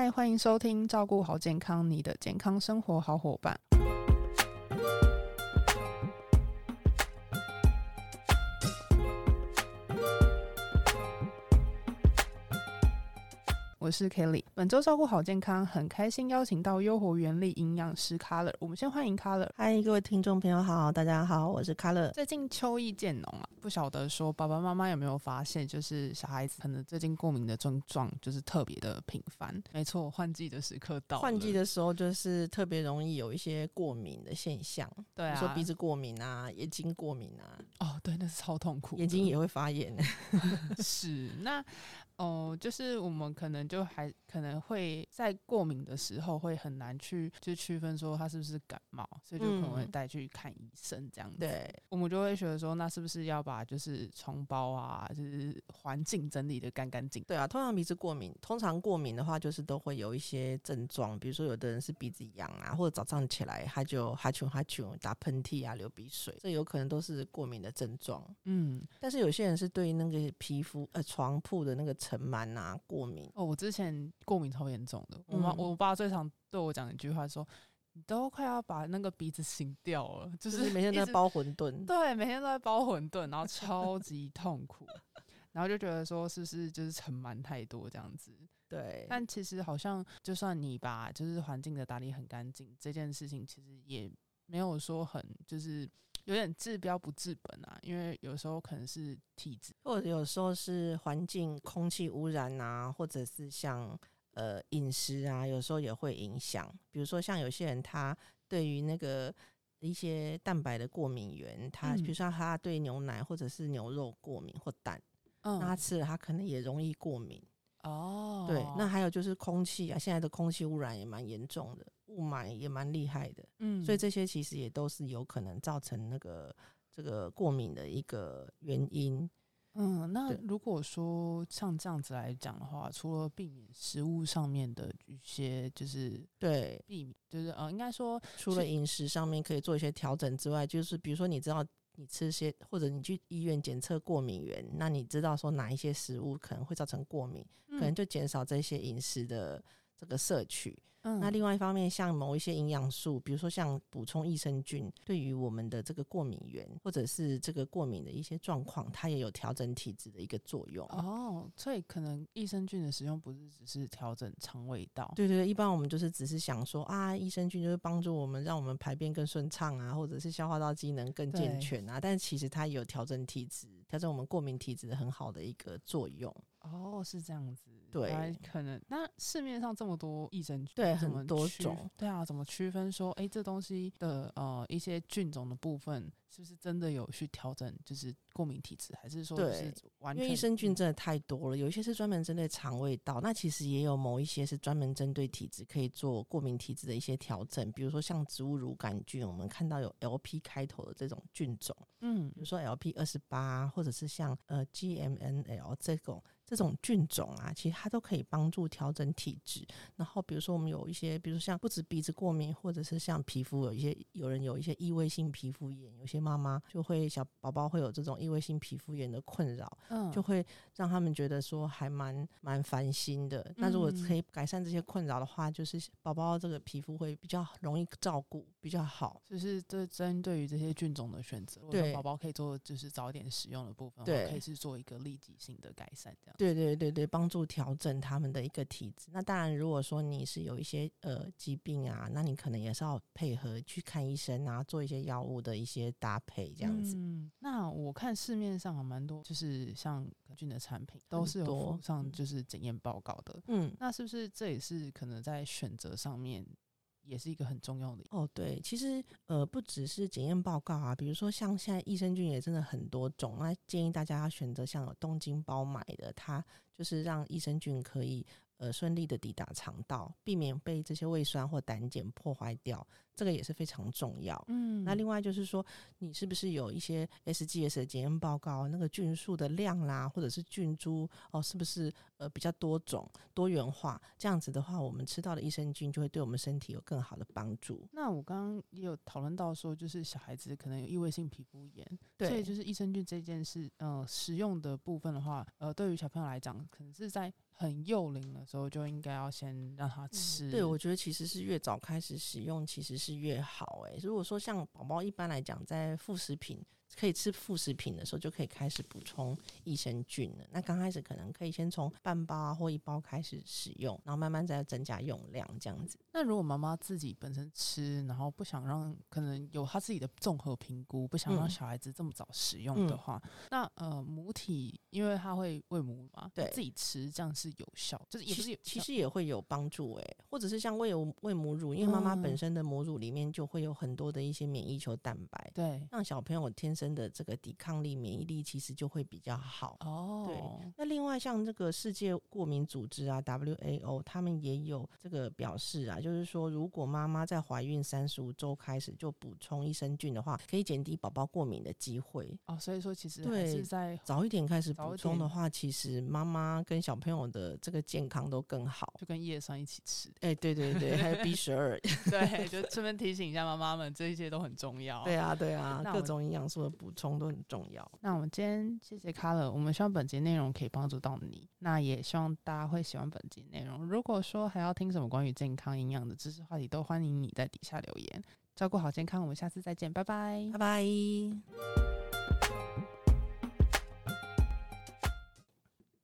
嗨，欢迎收听《照顾好健康》，你的健康生活好伙伴。我是 Kelly，本周照顾好健康，很开心邀请到优活原力营养师 Color，我们先欢迎 Color。嗨，各位听众朋友好，大家好，我是卡乐。最近秋意渐浓啊，不晓得说爸爸妈妈有没有发现，就是小孩子可能最近过敏的症状就是特别的频繁。没错，换季的时刻到了，换季的时候就是特别容易有一些过敏的现象，对比啊，如说鼻子过敏啊，眼睛过敏啊，哦，对，那是超痛苦的，眼睛也会发炎。 是 那哦，就是我们可能就还可能会在过敏的时候会很难去就区分说他是不是感冒，所以就可能会嗯带去看医生这样子。对，我们就会觉得说，那是不是要把就是床包啊，就是环境整理的干干净净？对啊，通常鼻子过敏，通常过敏的话就是都会有一些症状，比如说有的人是鼻子痒啊，或者早上起来他就哈啾哈啾打喷嚏啊，流鼻水，这有可能都是过敏的症状。嗯，但是有些人是对那个皮肤呃床铺的那个尘螨啊过敏，哦，我之前过敏超严重的，我妈、嗯我爸最常对我讲一句话说，你都快要把那个鼻子擤掉了，就就是是每天都一在直包馄饨。对，每天都在包馄饨，然后超级痛苦，然后就觉得说是不是就是尘螨太多这样子？对，但其实好像就算你把就是环境的打理很干净，这件事情其实也没有说很就是有点治标不治本啊，因为有时候可能是体质，或者有时候是环境、空气污染啊，或者是像呃饮食啊，有时候也会影响。比如说像有些人他对于那个一些蛋白的过敏源，他、比嗯如说他对牛奶或者是牛肉过敏或蛋，那他嗯，吃了他可能也容易过敏。哦，对，那还有就是空气啊，现在的空气污染也蛮严重的，雾霾也蛮厉害的，嗯，所以这些其实也都是有可能造成那个。这个过敏的一个原因，嗯，那对如果说像这样子来讲的话，除了避免食物上面的一些就是对，避免，就是呃，应该说除了饮食上面可以做一些调整之外，就是比如说你知道你吃些，或者你去医院检测过敏源，那你知道说哪一些食物可能会造成过敏，可能就减少这些饮食的。这个摄取，嗯那另外一方面，像某一些营养素，比如说像补充益生菌，对于我们的这个过敏源或者是这个过敏的一些状况，它也有调整体质的一个作用。哦，所以可能益生菌的使用不是只是调整肠胃道，对对对，一般我们就是只是想说啊，益生菌就是帮助我们，让我们排便更顺畅啊，或者是消化道机能更健对全啊。但其实它也有调整体质、调整我们过敏体质的很好的一个作用。哦，是这样子，对原来可能那市面上这么多益生菌，对怎很么多区种，对啊，怎么区分说，哎，这东西的呃一些菌种的部分是不是真的有去调整，就是过敏体质，还是说就是对完因全为益生菌嗯真的太多了，有一些是专门针对肠胃道，那其实也有某一些是专门针对体质可以做过敏体质的一些调整，比如说像植物乳杆菌，我们看到有 LP 开头的这种菌种。嗯比如说 LP 二十八，或者是像呃 GMNL 这种这种菌种啊，其实它都可以帮助调整体质。然后比如说我们有一些，比如像不止鼻子过敏，或者是像皮肤有一些有人有一些异位性皮肤炎，有些妈妈就会小宝宝会有这种异位性皮肤炎的困扰，嗯就会让他们觉得说还蛮蛮烦心的。那如果可以改善这些困扰的话，就是宝宝这个皮肤会比较容易照顾，比较好。就是这针对于这些菌种的选择，如果说对宝宝可以做就是早一点使用的部分，对可以是做一个立即性的改善，这样。对对对对，帮助调整他们的一个体质。那当然，如果说你是有一些呃疾病啊，那你可能也是要配合去看医生啊，做一些药物的一些搭配这样子。嗯，那我看市面上还蛮多，就是像可菌的产品都是有多附上嗯就是检验报告的。嗯那是不是这也是可能在选择上面也是一个很重要的？哦，对，其实呃，不只是检验报告啊，比如说像现在益生菌也真的很多种，那建议大家要选择像有东京包买的，它就是让益生菌可以呃顺利的抵达肠道，避免被这些胃酸或胆碱破坏掉，这个也是非常重要。嗯那另外就是说，你是不是有一些 SGS 的检验报告，那个菌数的量啦，或者是菌株哦，是不是呃比较多种、多元化？这样子的话，我们吃到的益生菌就会对我们身体有更好的帮助。那我刚刚也有讨论到说，就是小孩子可能有异位性皮肤炎，对所以就是益生菌这件事，呃，使用的部分的话，呃，对于小朋友来讲，可能是在很幼龄的时候，就应该要先让他吃。嗯对，我觉得其实是越早开始使用，其实是越好、欸。诶，如果说像宝宝一般来讲，在副食品可以吃副食品的时候，就可以开始补充益生菌了。那刚开始可能可以先从半包啊或一包开始使用，然后慢慢再增加用量，这样子。那如果妈妈自己本身吃，然后不想让，可能有她自己的综合评估，不想让嗯小孩子这么早使用的嗯话，那呃母体因为她会喂母乳嘛，她对自己吃这样是有效，就是也其不是实有其效实也会有帮助诶、或者是像喂喂母乳，因为妈妈嗯本身的母乳里面就会有很多的一些免疫球蛋白，对让小朋友天生的这个抵抗力、免疫力其实就会比较好。哦，那另外像这个世界过敏组织啊 （WHO），他们也有这个表示啊，就是说如果妈妈在怀孕三十五周开始就补充益生菌的话，可以减低宝宝过敏的机会。哦，所以说其实还是对在早一点开始早一补充的点话，其实妈妈跟小朋友的这个健康都更好。就跟叶酸一起吃，哎、对对对，还有 B 十二， 对，就顺便提醒一下妈妈们，这一些都很重要。对啊对啊那，我各们种营养素的补充都很重要。那我们今天谢谢 Color，我们希望本集内容可以帮助到你，那也希望大家会喜欢本集内容。如果说还要听什么关于健康营养的知识话嗯题，都欢迎你在底下留言。照顾好健康，我们下次再见，拜拜拜拜。